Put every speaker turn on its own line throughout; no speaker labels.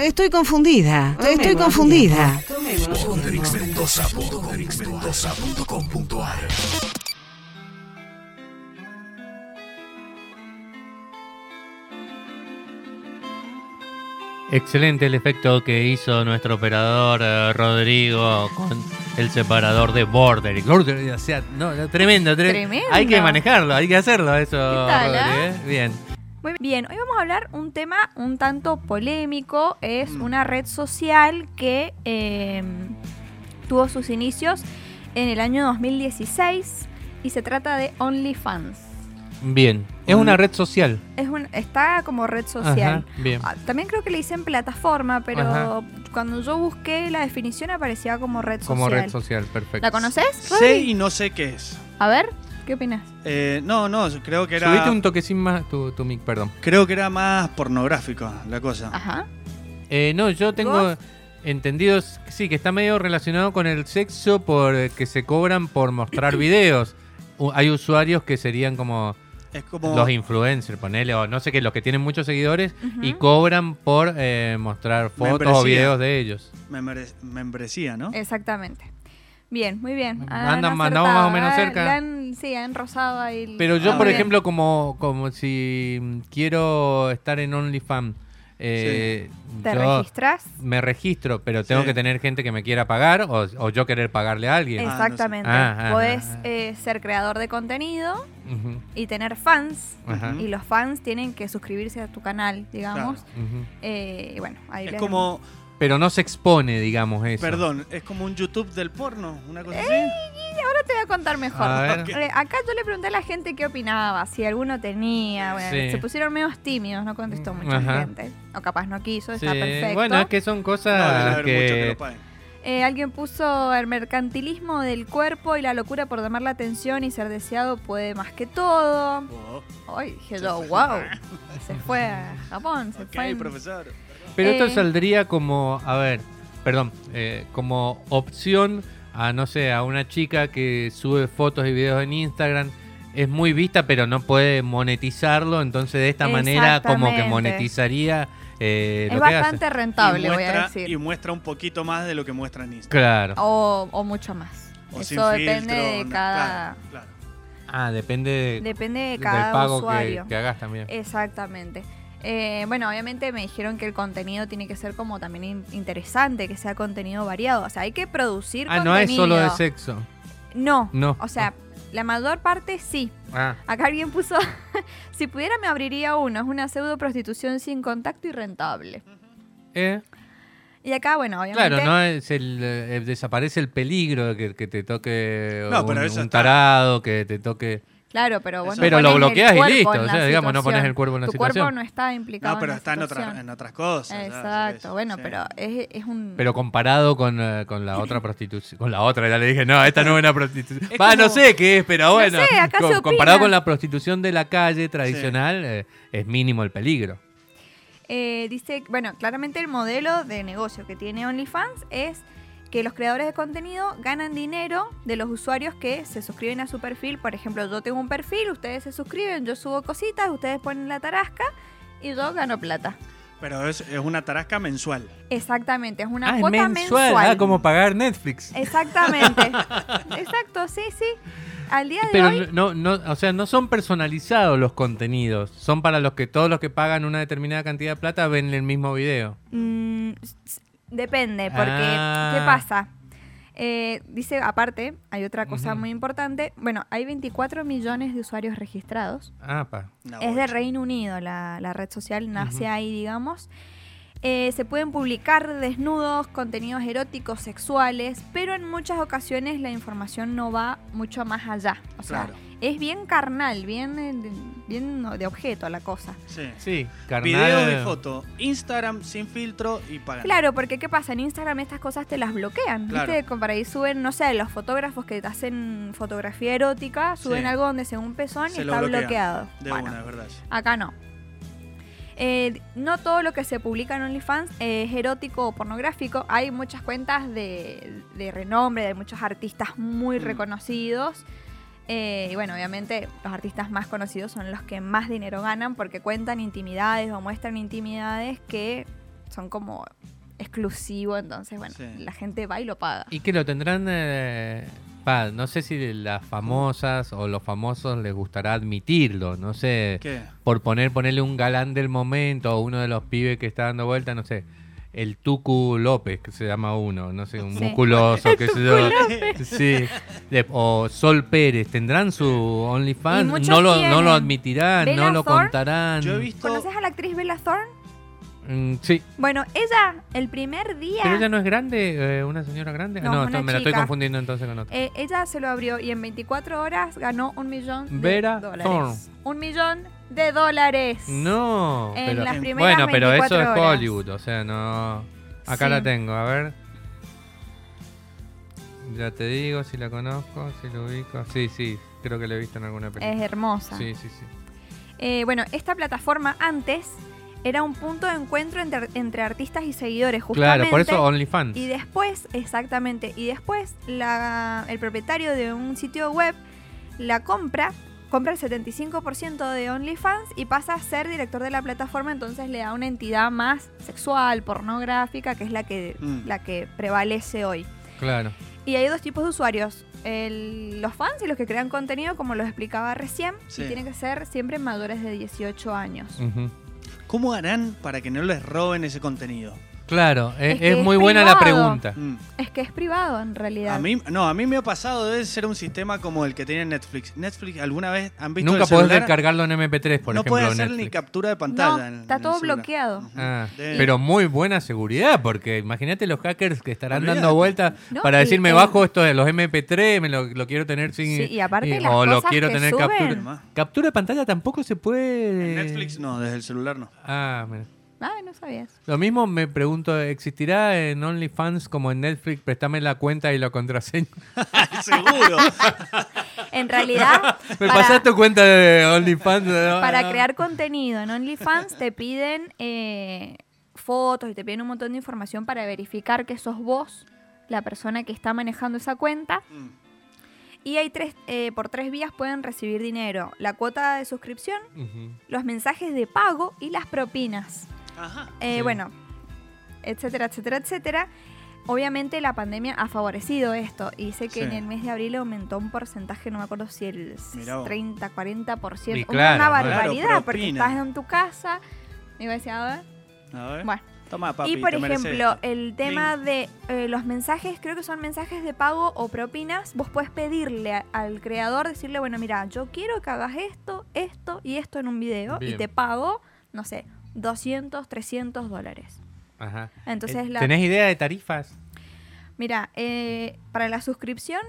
Estoy confundida. Estoy confundida.
Mendoza.com.ar
Excelente el efecto que hizo nuestro operador eh, Rodrigo con el separador de Border. O sea, no, no, tremendo, tre-
Tremendo.
Hay que manejarlo, hay que hacerlo eso.
¿Qué tal,
Rodri,
ah?
¿eh? Bien.
Muy bien, hoy vamos a hablar un tema un tanto polémico. Es
Mm.
una red social que eh, tuvo sus inicios en el año 2016 y se trata de OnlyFans.
Bien. Es una red social.
Es un, está como red social.
Ajá, bien.
Ah, También creo que le dicen plataforma, pero
Ajá.
cuando yo busqué la definición aparecía como red social.
Como red social, perfecto.
¿La conoces?
Sé y no sé qué es.
A ver, ¿qué opinas?
Eh, no, no, yo creo que
Subite
era.
un toquecín más tu, tu mic, perdón.
Creo que era más pornográfico la cosa.
Ajá.
Eh, no, yo tengo
¿Vos?
entendido, s- sí, que está medio relacionado con el sexo por eh, que se cobran por mostrar videos. U- hay usuarios que serían como
Es como.
los influencers, ponele, o no sé qué, los que tienen muchos seguidores y
Ujú.
cobran por eh, mostrar fotos o
Membresía.
videos de ellos.
membre- membresía,
Eh,
¿no?
Exactamente. Bien, muy bien.
Andan- andamos más o menos
Ah,
cerca.
le han- sí, han rozado ahí. el-
Pero yo,
Ah,
por
bien.
ejemplo, como, como si mm, quiero estar en OnlyFans, eh,
¿Te
yo
registras?
Ah,
me registro, pero tengo
Sí.
que tener gente que me quiera pagar o, o yo querer pagarle a
Eh.
alguien.
Ah,
Exactamente.
Ah, ah,
Podés
ah, ah.
eh, ser creador de contenido
Ujú,
y tener fans.
ajá,
Ujú.
Y los fans tienen que suscribirse a tu canal, digamos.
ujú.
Eh, y bueno, ahí
Es
les-
como.
Pero no se expone, digamos, eso.
Perdón, es como un YouTube del porno, una cosa
Eh. Ahora te voy a contar mejor.
A ver.
Eh, Acá yo le pregunté a la gente qué opinaba, si alguno tenía. bueno,
Sí.
Se pusieron medio tímidos, no contestó mucha
Ajá.
gente. O capaz no quiso,
Sí,
está perfecto.
Bueno, es que
así.
son
No, debe
cosas
haber muchos que
que...
lo paguen.
Eh, alguien puso el mercantilismo del cuerpo y la locura por llamar la atención y ser deseado puede más que todo.
Oh,
Ay, dije
Se
yo,
fue.
wow. Se fue a Japón, se
ok,
fue. en-
profesor.
Pero esto
Eh.
saldría como, a ver, perdón, eh, como opción a, no sé, a una chica que sube fotos y videos en Instagram. Es muy vista, pero no puede monetizarlo. Entonces, de esta manera, como que
Exactamente.
monetizaría eh,
Es
lo que hace.
bastante rentable,
y,
voy a
muestra, y
decir.
muestra un poquito más de lo que muestra en Instagram.
Claro.
O, o mucho más.
O sin
Eso depende
filtro,
de
no,
cada,
claro, claro.
Ah, depende de-
depende de
del
cada
pago que,
usuario.
que hagas también.
Exactamente. Eh, bueno, obviamente me dijeron que el contenido tiene que ser como también in- interesante, que sea contenido variado. O sea, hay que producir
ah, no
contenido.
es solo de sexo.
No.
No.
O sea, la mayor parte sí.
Ah,
Acá alguien puso, si pudiera me abriría uno, es una pseudo prostitución sin contacto y rentable.
eh,
Y acá, bueno, obviamente...
Claro, no es el, eh, desaparece el peligro de que, que te toque
No,
un,
pero eso
un
está.
tarado, que te toque...
Claro, pero bueno.
Pero lo
bloqueas y listo, o sea, digamos, no pones el cuerpo en la
tu
situación.
cuerpo no está implicado
No, pero
en la
está en, otras
situación.
en otras cosas. ya,
Exacto,
sí,
bueno,
sí.
pero es, es un...
Pero comparado con, eh, con la otra prostitución. Con la otra, ya le dije, no, esta no es una prostitución.
Es
Va, no
como-
sé qué es, pero
No
bueno.
sé, acá se opina.
comparado con la prostitución de la calle tradicional, eh, es mínimo el peligro.
Eh, dice, bueno, claramente el modelo de negocio que tiene OnlyFans es que los creadores de contenido ganan dinero de los usuarios que se suscriben a su perfil. Por ejemplo, yo tengo un perfil, ustedes se suscriben, yo subo cositas, ustedes ponen la tarasca y yo gano plata.
Pero es, es una tarasca mensual.
Exactamente, es una
ah, es
cuota Eh,
mensual. Ah, como pagar Netflix.
Exactamente. Exacto, sí, sí. Al día de
Eh, Pero
hoy,
no, no, o sea, no son personalizados los contenidos. Son para los que todos los que pagan una determinada cantidad de plata ven el mismo video.
mm, s- s- depende, porque ¿qué
Ah.
pasa? Eh, dice, aparte, hay otra cosa
Ujú.
muy importante. Bueno, hay 24 millones de usuarios registrados.
Ah, pa.
Una
es
bocha.
del Reino Unido, la, la red social nace
Ujú.
ahí, digamos. Eh, se pueden publicar desnudos, contenidos eróticos, sexuales, pero en muchas ocasiones la información no va mucho más allá. O sea,
Claro.
es bien carnal, bien, eh, de- bien de objeto la cosa.
Sí.
Sí, carnal.
Video de foto, Instagram sin filtro y pagando.
Claro, porque ¿qué pasa? En Instagram estas cosas te las bloquean.
Claro.
¿Viste? Como Para ahí suben, no sé, los fotógrafos que hacen fotografía erótica, suben
Sí.
algo donde según un pezón y
Se lo
está
bloquean.
bloqueado.
De
Bueno,
una, es verdad.
Acá no. Eh, no todo lo que se publica en OnlyFans es erótico o pornográfico. Hay muchas cuentas de, de renombre, de muchos artistas muy
Mm.
reconocidos. Eh, y bueno, obviamente los artistas más conocidos son los que más dinero ganan porque cuentan intimidades o muestran intimidades que son como exclusivo, entonces bueno,
Sí.
la gente va y lo paga.
Y que lo tendrán. eh, pa, no sé si las famosas o los famosos les gustará admitirlo. No sé.
¿Qué?
Por poner, ponerle un galán del momento o uno de los pibes que está dando vuelta, no sé. El Tucu López, que se llama uno, no sé, un
Sí.
musculoso, qué sé yo. Sí. De- o Sol Pérez, ¿tendrán su
Y
OnlyFans?
muchos
No lo, no
tienen.
lo admitirán,
Bella
no lo
Thorne,
contarán.
Yo he visto.
¿Conoces a la actriz Bella Thorne?
Mm, sí,
Bueno, ella el primer día
pero ella no es grande, eh, una señora grande. Ah,
No,
No,
es
esto-
una
me la estoy
chica.
confundiendo entonces con otra.
eh, ella se lo abrió y en 24 horas ganó un millón de
Vera
dólares.
Thorne.
Un millón de dólares.
No,
En
pero,
las primeras
bueno, pero eso
24
es
horas.
Hollywood, o sea, no. Acá
Sí.
la tengo, a ver. Ya te digo si la conozco, si la ubico. Sí, sí, creo que la he visto en alguna
Es
película.
hermosa.
Sí, sí, sí.
Eh, bueno, esta plataforma antes era un punto de encuentro entre, entre artistas y seguidores, justamente.
Claro, por eso OnlyFans.
Y después, exactamente, y después la- el propietario de un sitio web la compra, compra el 75% de OnlyFans y pasa a ser director de la plataforma, entonces le da una entidad más sexual, pornográfica, que es la que,
Mm.
la que prevalece hoy.
Claro.
Y hay dos tipos de usuarios, el- los fans y los que crean contenido, como los explicaba recién,
Sí. Mm.
y tienen que ser siempre mayores de 18 años.
ujú.
¿Cómo harán para que no les roben ese contenido?
Claro, es,
Es que
es
es
muy buena la
privado.
pregunta.
Mm.
Es que es privado en realidad.
A mí, no, a mí me ha pasado de ser un sistema como el que tiene Netflix. Netflix, ¿alguna vez han visto
Nunca
el
podés
celular?
descargarlo en MP3, por
no
ejemplo.
puedes
en
hacer ni
Netflix.
captura de
no,
pantalla. en-
está
en el
todo
celular.
bloqueado.
Ujú.
Ah,
Debe-
pero muy buena seguridad, porque imagínate los hackers que estarán
Olvídate.
dando vueltas
No,
para
y
decir, me
el-
bajo esto de los MP3, me lo, lo quiero tener sin... eh,
Sí, y aparte las
o lo
cosas
quiero
que
tener
suben.
captura. Captura de pantalla tampoco se puede...
En Netflix no, desde el celular no.
Ah, mira.
Ah, no sabías.
Lo mismo me pregunto, ¿existirá en OnlyFans como en Netflix? Préstame la cuenta y la contraseña. Ah,
Seguro.
En realidad,
¿Me
para-
pasás tu cuenta de OnlyFans? Ah. No,
para
no.
crear contenido en OnlyFans te piden eh, fotos y te piden un montón de información para verificar que sos vos la persona que está manejando esa cuenta.
Mm.
Y hay tres, eh, por tres vías pueden recibir dinero. La cuota de suscripción,
Ujú.
los mensajes de pago y las propinas.
Ajá.
Eh,
Sí.
Bueno, etcétera, etcétera, etcétera. Obviamente la pandemia ha favorecido esto y sé
Sí.
que en el mes de abril aumentó un porcentaje, no me acuerdo si el
Mirá vos.
30, 40%,
Y
una
claro,
barbaridad
claro,
porque
propina.
estás en tu casa. Y vas a decir, a ver,
A ver.
bueno.
Toma, papi,
y por
te mereces
ejemplo,
esto.
el tema de eh, los mensajes, creo que son mensajes de pago o propinas, vos puedes pedirle a- al creador, decirle, bueno, mira, yo quiero que hagas esto, esto y esto en un video y
Bien.
te pago, no sé, 200, 300 dólares.
Ajá.
Entonces
Eh,
la-
¿Tenés idea de tarifas?
Mira, eh, para la suscripción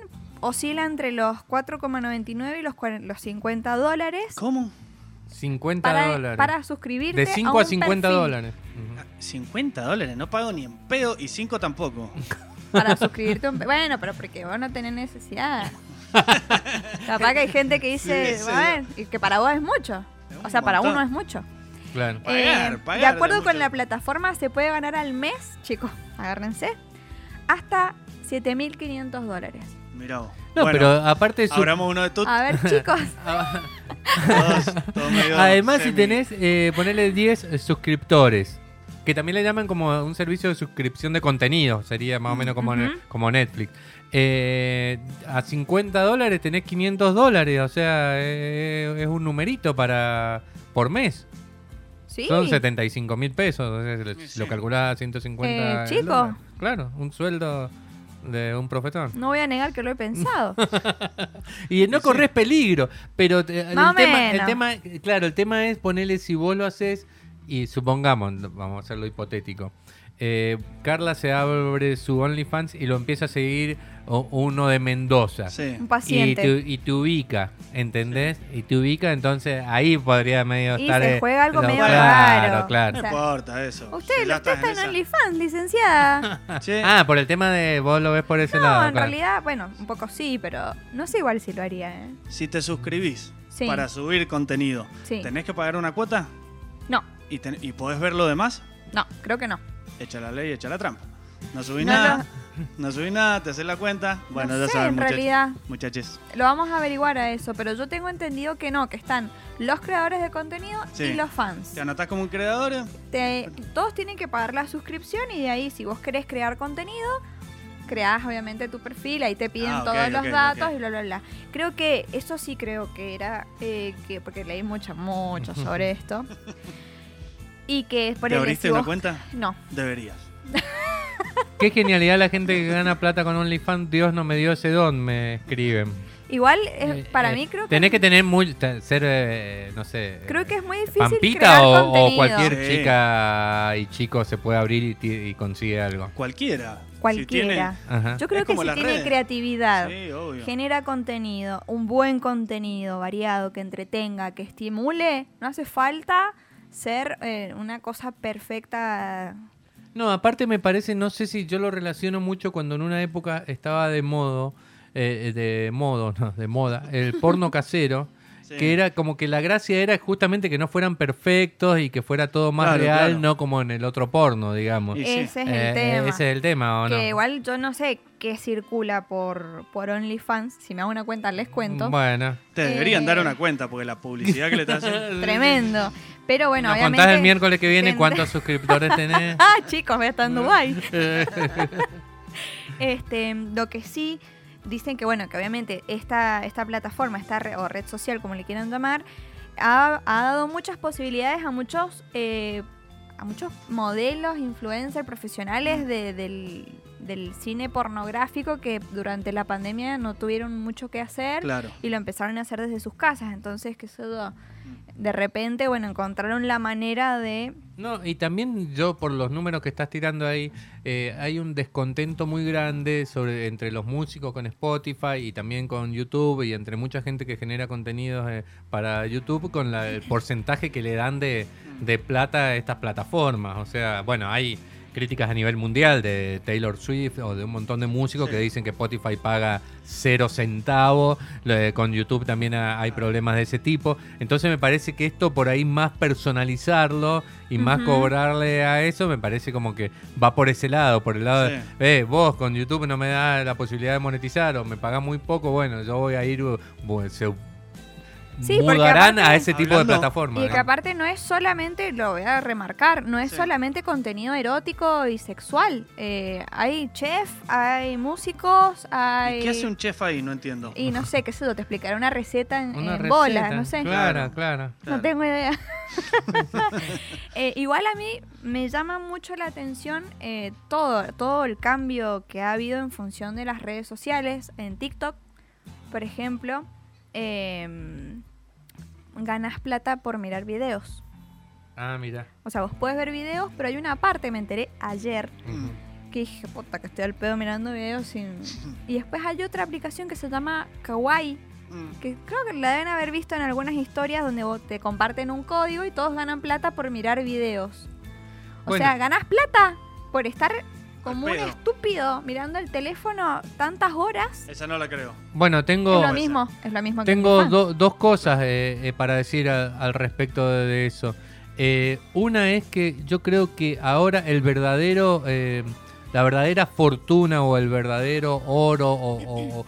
oscila entre los 4,99 y los, cuaren- los 50 dólares.
¿Cómo?
50
Para,
dólares.
para suscribirte.
de 5 a,
un
50
perfil.
dólares. Ujú.
50 dólares, no pago ni en pedo y 5 tampoco.
Para suscribirte. a un pe- bueno, pero porque vos no tenés necesidad. Capaz que hay gente que dice,
Sí, sí.
"Bueno", y que para vos es mucho.
Es
O
un
sea, para
montón.
uno es mucho.
Claro.
Pagar,
Eh,
pagar
de acuerdo
es
con
mucho.
la plataforma, se puede ganar al mes, chicos, agárrense, hasta 7.500 dólares.
Mirá vos.
No,
Bueno,
pero aparte... su-
Abramos uno de tus.
A ver, chicos,
Ah,
todos- todos medio
Además, si
semi-
tenés, eh, ponele 10 suscriptores, que también le llaman como un servicio de suscripción de contenido, sería más o menos como, ne-
Ujú.
como Netflix. Eh, a 50 dólares tenés 500 dólares, o sea, eh, es un numerito para por mes.
sí.
Son 75 mil pesos, o sea, si lo-
Sí,
si lo
sí.
calculás a 150
Eh,
el
chico.
dólar. Claro, un sueldo de un profesor.
No voy a negar que lo he pensado.
Y no
Sí.
corres peligro, pero te- el,
Más o
tema, el
menos.
tema, claro, el tema es ponerle si vos lo haces y supongamos, vamos a hacerlo hipotético. eh, Carla se abre su OnlyFans y lo empieza a seguir o- uno de Mendoza.
Sí.
Un
Y te,
paciente.
y te ubica, ¿entendés? Y te ubica, entonces ahí podría medio
Y
estar.
se
eh,
juega algo
lo-
medio
claro,
raro.
Claro,
No
O sea,
importa eso.
Usted,
Si la
usted
estás
está en
esa-
OnlyFans, licenciada.
Che,
Ah, por el tema de vos lo ves por ese
No,
lado.
en
claro.
realidad, bueno, un poco sí, pero no sé igual si lo haría, ¿eh?
si te suscribís
Sí.
para subir contenido,
Sí.
¿tenés que pagar una cuota?
No,
¿Y, ten- y podés ver lo demás?
no, creo que no.
Echa la ley, echa la trampa. No subís
No,
nada.
no.
No subí nada, te haces la cuenta. Bueno,
No
ya
sé,
saben,
en
muchachos.
realidad.
Muchachos.
Lo vamos a averiguar a eso, pero yo tengo entendido que no, que están los creadores de contenido
Sí.
y los fans.
¿Te anotás como un creador?
Te- todos tienen que pagar la suscripción y de ahí, si vos querés crear contenido, creás obviamente tu perfil, ahí te piden
Ah, ok,
todos los
ok,
datos
ok.
y bla, bla, bla. Creo que eso sí creo que era, eh, que, porque leí mucho, mucho sobre esto. Y que por
¿Te
el
abriste una cuenta?
No,
Deberías.
Qué genialidad la gente que gana plata con OnlyFans. Dios no me dio ese don, me escriben.
igual eh,
Eh,
para
eh,
mí creo que...
Tenés que tener muy. te- Ser, eh, no sé.
Creo que
eh,
es muy difícil crear
Pampita o- o,
contenido.
cualquier
Sí.
chica y chico se puede abrir y, ti- y consigue algo.
Cualquiera. Si
Cualquiera.
tiene-
Ajá.
Yo creo
Es
que
como
si
las
tiene
redes.
creatividad,
Sí, obvio.
genera contenido, un buen contenido, variado, que entretenga, que estimule, no hace falta ser eh, una cosa perfecta.
No, aparte me parece, no sé si yo lo relaciono mucho cuando en una época estaba de modo, eh, de modo, no, de moda, el porno casero,
Sí.
que era como que la gracia era justamente que no fueran perfectos y que fuera todo más
Claro,
real,
claro.
no como en el otro porno, digamos.
Y sí.
Ese es el
Eh,
tema.
Ese es el tema, ¿o no?
Que igual yo no sé qué circula por, por OnlyFans. Si me hago una cuenta, les cuento.
Bueno.
Te
Eh.
deberían dar una cuenta porque la publicidad que le estás haciendo.
Tremendo. Pero bueno,
Nos
obviamente.
contás el miércoles que viene
tendré-
cuántos suscriptores tenés.
Ah, chicos, voy a estar en Dubái. Este, lo que sí dicen que bueno, que obviamente esta, esta plataforma, esta re- o red social, como le quieran llamar, ha, ha dado muchas posibilidades a muchos, eh, a muchos modelos, influencers, profesionales de- del, del cine pornográfico que durante la pandemia no tuvieron mucho que hacer
Claro.
y lo empezaron a hacer desde sus casas. Entonces, que eso de repente, bueno, encontraron la manera de
No, y también yo por los números que estás tirando ahí, eh, hay un descontento muy grande sobre entre los músicos con Spotify y también con YouTube y entre mucha gente que genera contenidos eh, para YouTube con la- el porcentaje que le dan de, de plata a estas plataformas. O sea, bueno, hay críticas a nivel mundial de Taylor Swift o de un montón de músicos
Sí.
que dicen que Spotify paga cero centavos, lo de- con YouTube también ha- hay problemas de ese tipo, entonces me parece que esto por ahí más personalizarlo y más
Ujú.
cobrarle a eso, me parece como que va por ese lado, por el lado
Sí.
de, eh, vos con YouTube no me da la posibilidad de monetizar o me pagás muy poco, bueno, yo voy a ir, uh, bu- se
Sí, porque
mudarán a
aparte-
ese tipo de
Hablando-
plataformas.
Y
¿no?
que aparte no es solamente, lo voy a remarcar, no es
Sí.
solamente contenido erótico y sexual. Eh, hay chef, hay músicos, hay...
¿Y qué hace un chef ahí? No entiendo.
y no sé, qué sé yo, te explicaré una receta en,
Una
en
receta,
bola, no sé.
Claro, claro.
Claro.
No tengo idea. Eh, igual a mí me llama mucho la atención eh, todo, todo el cambio que ha habido en función de las redes sociales, en TikTok, por ejemplo, eh, ganas plata por mirar videos.
Ah, mira.
O sea, vos puedes ver videos, pero hay una parte, me enteré ayer,
Mm.
que dije, puta, que estoy al pedo mirando videos sin... Y después hay otra aplicación que se llama Kawaii,
Mm.
que creo que la deben haber visto en algunas historias donde vos te comparten un código y todos ganan plata por mirar videos. O
Bueno.
sea, ganás plata por estar como un
pedo.
estúpido mirando el teléfono tantas horas.
Esa no la creo.
Bueno, tengo...
es lo mismo, es lo mismo que
Tengo
OnlyFans.
do- dos cosas eh, eh, para decir a- al respecto de, de eso. Eh, una es que yo creo que ahora el verdadero, eh, la verdadera fortuna o el verdadero oro o- o- o-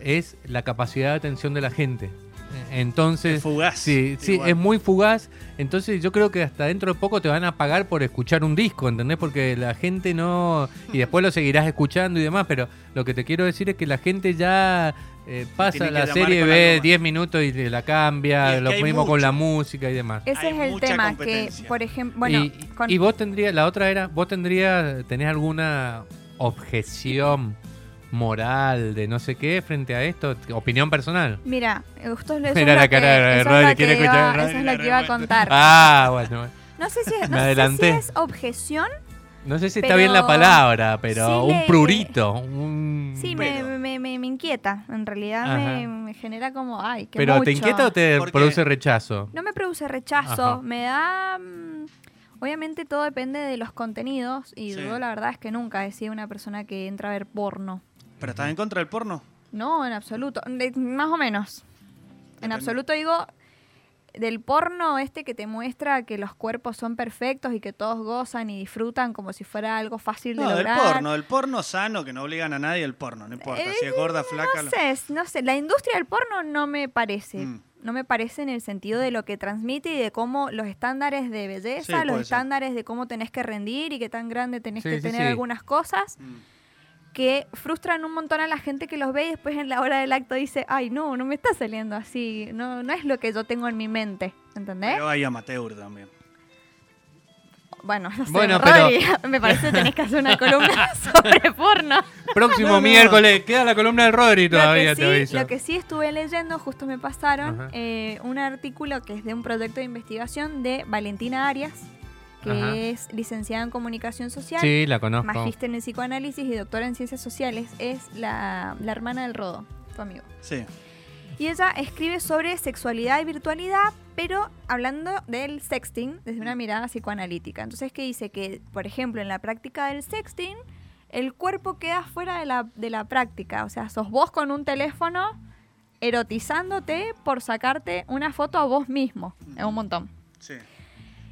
es la capacidad de atención de la gente. Eh, Entonces,
Es fugaz.
Sí, sí,
Igual.
es muy fugaz. Entonces yo creo que hasta dentro de poco te van a pagar por escuchar un disco, ¿entendés? Porque la gente no... Y después lo seguirás escuchando y demás, pero lo que te quiero decir es que la gente ya eh, pasa
Tiene que
la
llamar
serie,
con la
ve
goma.
10 minutos y te la
Y
cambia,
es
lo
que hay
mismo con la
mucho.
música y demás.
Ese
Hay
es el
mucha
tema que,
competencia.
por ejemplo, Eh, bueno,
y,
con-
y vos tendrías, la otra era, vos tendrías, tenés alguna objeción moral de no sé qué frente a esto, opinión personal.
Mira, eh, justo es lo eso es
Mira
lo
la cara
que-
de
eso es
Rodri,
lo
quiere
que
escuchar a
iba-
Rodri,
Eso es
la
lo que iba a
revuelta.
contar.
Ah, bueno.
No sé si
Me
es, no sé si
adelanté.
es objeción.
No sé si está
Pero-
bien la palabra, pero
Sí
un
le-
prurito, un...
Sí, me,
Pero-
me, me- me inquieta. En realidad me,
Ajá.
me genera como, ay, qué
¿Pero te
mucho.
inquieta o te
¿Por qué?
produce rechazo?
No me produce rechazo.
Ajá.
Me da... mm, obviamente todo depende de los contenidos. Y
Sí.
yo la verdad es que nunca he sido una persona que entra a ver porno.
¿Pero estás en contra del porno?
No, en absoluto. De- más o menos. En
Depende.
absoluto digo... del porno este que te muestra que los cuerpos son perfectos y que todos gozan y disfrutan como si fuera algo fácil de
No, del
lograr.
porno, del porno sano, que no obligan a nadie el porno, no importa. si es gorda, flaca,
Eh, No
lo-
sé, es- no sé. La industria del porno no me parece.
Mm.
No me parece en el sentido de lo que transmite y de cómo los estándares de
Sí,
belleza,
puede
los
ser.
estándares de cómo tenés que rendir y qué tan grande tenés
Sí,
que
sí,
tener
sí.
algunas cosas,
Mm.
que frustran un montón a la gente que los ve y después en la hora del acto dice, ay, no, no me está saliendo así, no, no es lo que yo tengo en mi mente, ¿entendés?
Pero hay amateur también.
bueno, no sé,
Bueno,
Rodri, me parece que tenés que hacer una columna sobre porno.
Próximo
No, no.
miércoles, queda la columna del Rodri todavía,
lo, que
te
sí,
aviso.
lo que sí estuve leyendo, justo me pasaron
Ajá.
eh, un artículo que es de un proyecto de investigación de Valentina Arias, que
Ajá.
es licenciada en comunicación social,
Sí, la conozco.
magíster en psicoanálisis y doctora en ciencias sociales. Es la, la hermana del Rodo, tu amigo.
Sí.
Y ella escribe sobre sexualidad y virtualidad, pero hablando del sexting desde una mirada psicoanalítica. Entonces, que dice que, por ejemplo, en la práctica del sexting, el cuerpo queda fuera de la, de la práctica. O sea, sos vos con un teléfono erotizándote por sacarte una foto a vos mismo. Es un montón.
Sí.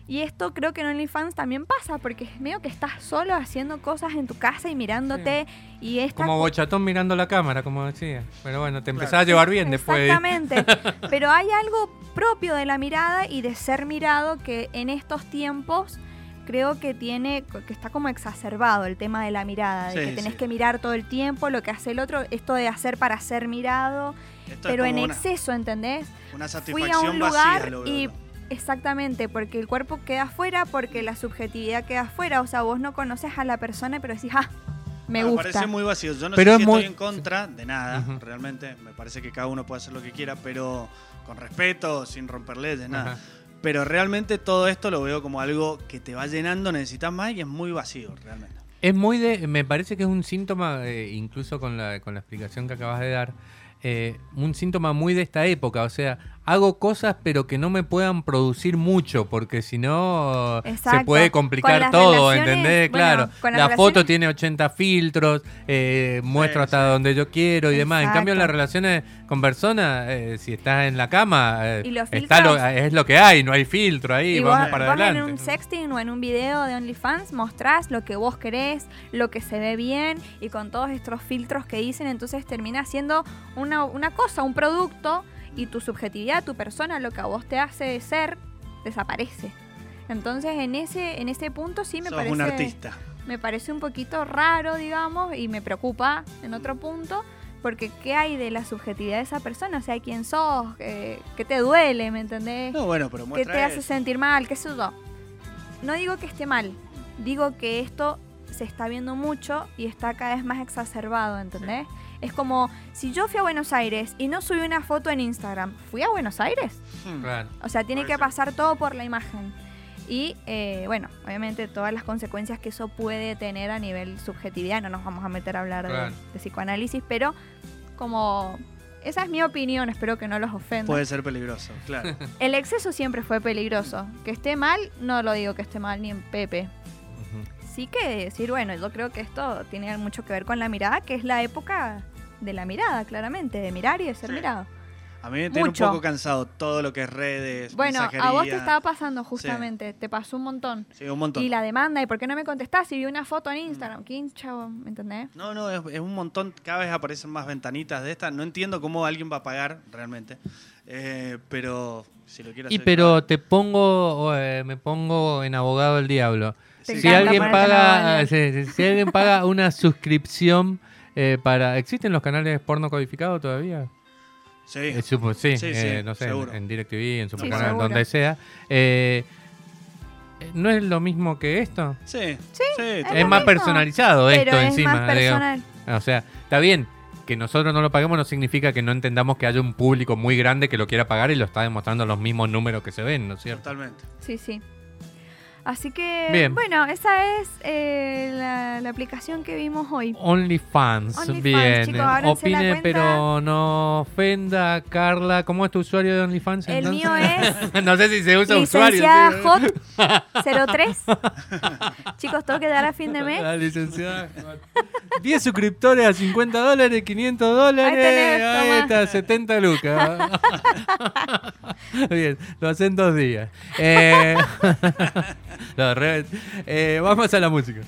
Y esto creo que en OnlyFans también pasa, porque es medio que estás solo haciendo cosas en tu casa y mirándote. Y esta
Como bochatón mirando la cámara, como decía. Pero bueno, te empezás
Claro.
a llevar bien después.
Exactamente. Pero hay algo propio de la mirada y de ser mirado que en estos tiempos creo que tiene que está como exacerbado el tema de la mirada, de
Sí,
que tenés
sí.
que mirar todo el tiempo lo que hace el otro, esto de hacer para ser mirado,
Esto
pero
es
en
como una,
exceso, ¿entendés?
una
Fui a un
satisfacción vacía.
lugar
lo veo
y
yo.
exactamente, porque el cuerpo queda afuera, porque la subjetividad queda afuera, o sea, vos no conoces a la persona, pero decís, "Ah, me
Me
gusta."
parece muy vacío. Yo no
Pero
sé
es
si
muy-
estoy en contra de nada,
Ujú.
realmente. Me parece que cada uno puede hacer lo que quiera, pero con respeto, sin romper leyes, nada.
Ajá.
Pero realmente todo esto lo veo como algo que te va llenando, necesitas más y es muy vacío, realmente.
Es muy de. Me parece que es un síntoma, eh, incluso con la, con la explicación que acabas de dar, eh, un síntoma muy de esta época. O sea, hago cosas, pero que no me puedan producir mucho, porque si no se
Exacto.
puede
Con
complicar
las
todo,
relaciones,
¿entendés?
bueno,
claro.
con las
la foto
relaciones-
tiene 80 filtros, eh, muestro
Sí,
hasta donde yo quiero y demás. En cambio, en las
Exacto.
relaciones con personas, eh, si estás en la cama, eh,
Y los
está lo-
filtros-
es lo que hay, no hay filtro ahí,
Y vos,
vamos para
vos
adelante.
en un sexting o en un video de OnlyFans mostrás lo que vos querés, lo que se ve bien y con todos estos filtros que dicen, entonces termina siendo una, una cosa, un producto y tu subjetividad, tu persona, lo que a vos te hace ser, desaparece. Entonces en ese, en ese punto sí me
Sos
parece
un artista.
me parece un poquito raro, digamos, y me preocupa en otro punto, porque ¿qué hay de la subjetividad de esa persona? O sea, ¿quién sos? Eh, ¿Qué te duele? ¿Me entendés?
No, bueno, pero
que
muestra
te hace
eso.
sentir mal, qué sé yo. No digo que esté mal, digo que esto se está viendo mucho y está cada vez más exacerbado, ¿entendés? Es como si yo fui a Buenos Aires y no subí una foto en Instagram, ¿fui a Buenos Aires?
Mm.
Claro.
O sea, tiene
Puede
que
ser.
pasar todo por la imagen. Y eh, bueno, obviamente todas las consecuencias que eso puede tener a nivel subjetividad, no nos vamos a meter a hablar de-
Claro.
de, psicoanálisis, pero como esa es mi opinión, espero que no los ofenda.
Puede ser peligroso, claro.
El exceso siempre fue peligroso. Que esté mal, no lo digo que esté mal ni en Pepe.
Ujú.
Sí que decir, bueno, yo creo que esto tiene mucho que ver con la mirada, que es la época de la mirada, claramente, de mirar y de ser
Sí.
mirado.
A mí me tiene
Mucho.
un poco cansado todo lo que es redes,
Bueno, a vos te
mensajería.
estaba pasando justamente, te pasó un montón.
Sí, un montón. Mm.
Y la demanda, ¿y por qué no me contestás? Si vi una foto en Instagram, ¿qué hincha, vos? ¿me entendés?
No, no, es, es un montón. Cada vez aparecen más ventanitas de estas. No entiendo cómo alguien va a pagar realmente. Eh, pero si lo quiere
Y
hacer.
pero te pongo, eh, me pongo en abogado del diablo.
Te
Si
encanta
alguien
ponerte en abogado
paga,
del
si, si- si alguien paga una suscripción eh, para, ¿existen los canales porno codificados todavía?
Sí.
Eh, supo- sí,
Sí,
eh,
sí,
no sé, en,
seguro.
en DirecTV, en Supercanal,
seguro.
donde sea. Eh, ¿No es lo mismo que esto?
Sí. Sí.
Es
Es,
lo
más
mismo,
personalizado
Pero
esto
es
encima. eh,
más
digamos.
personal.
O sea, está bien. Que nosotros no lo paguemos no significa que no entendamos que haya un público muy grande que lo quiera pagar y lo está demostrando los mismos números que se ven, ¿no es cierto?
Totalmente.
Sí, sí. Así que,
Bien.
bueno, esa es eh, la, la aplicación que vimos
Pues
hoy.
OnlyFans,
OnlyFans,
bien.
chicos, ábranse la
Opine,
cuenta.
pero no ofenda, Carla. ¿Cómo es tu usuario de OnlyFans?
El
entonces?
mío es
no sé si se usa usuario.
licenciada
sí.
Hot03. chicos, tengo que dar a fin de mes.
La Ah, licenciada. 10 suscriptores a 50 dólares, 500 dólares.
Ahí tenés,
ahí
toma.
está, 70 lucas. Bien, lo hacen dos días. Eh, lo re- eh, vamos a la música.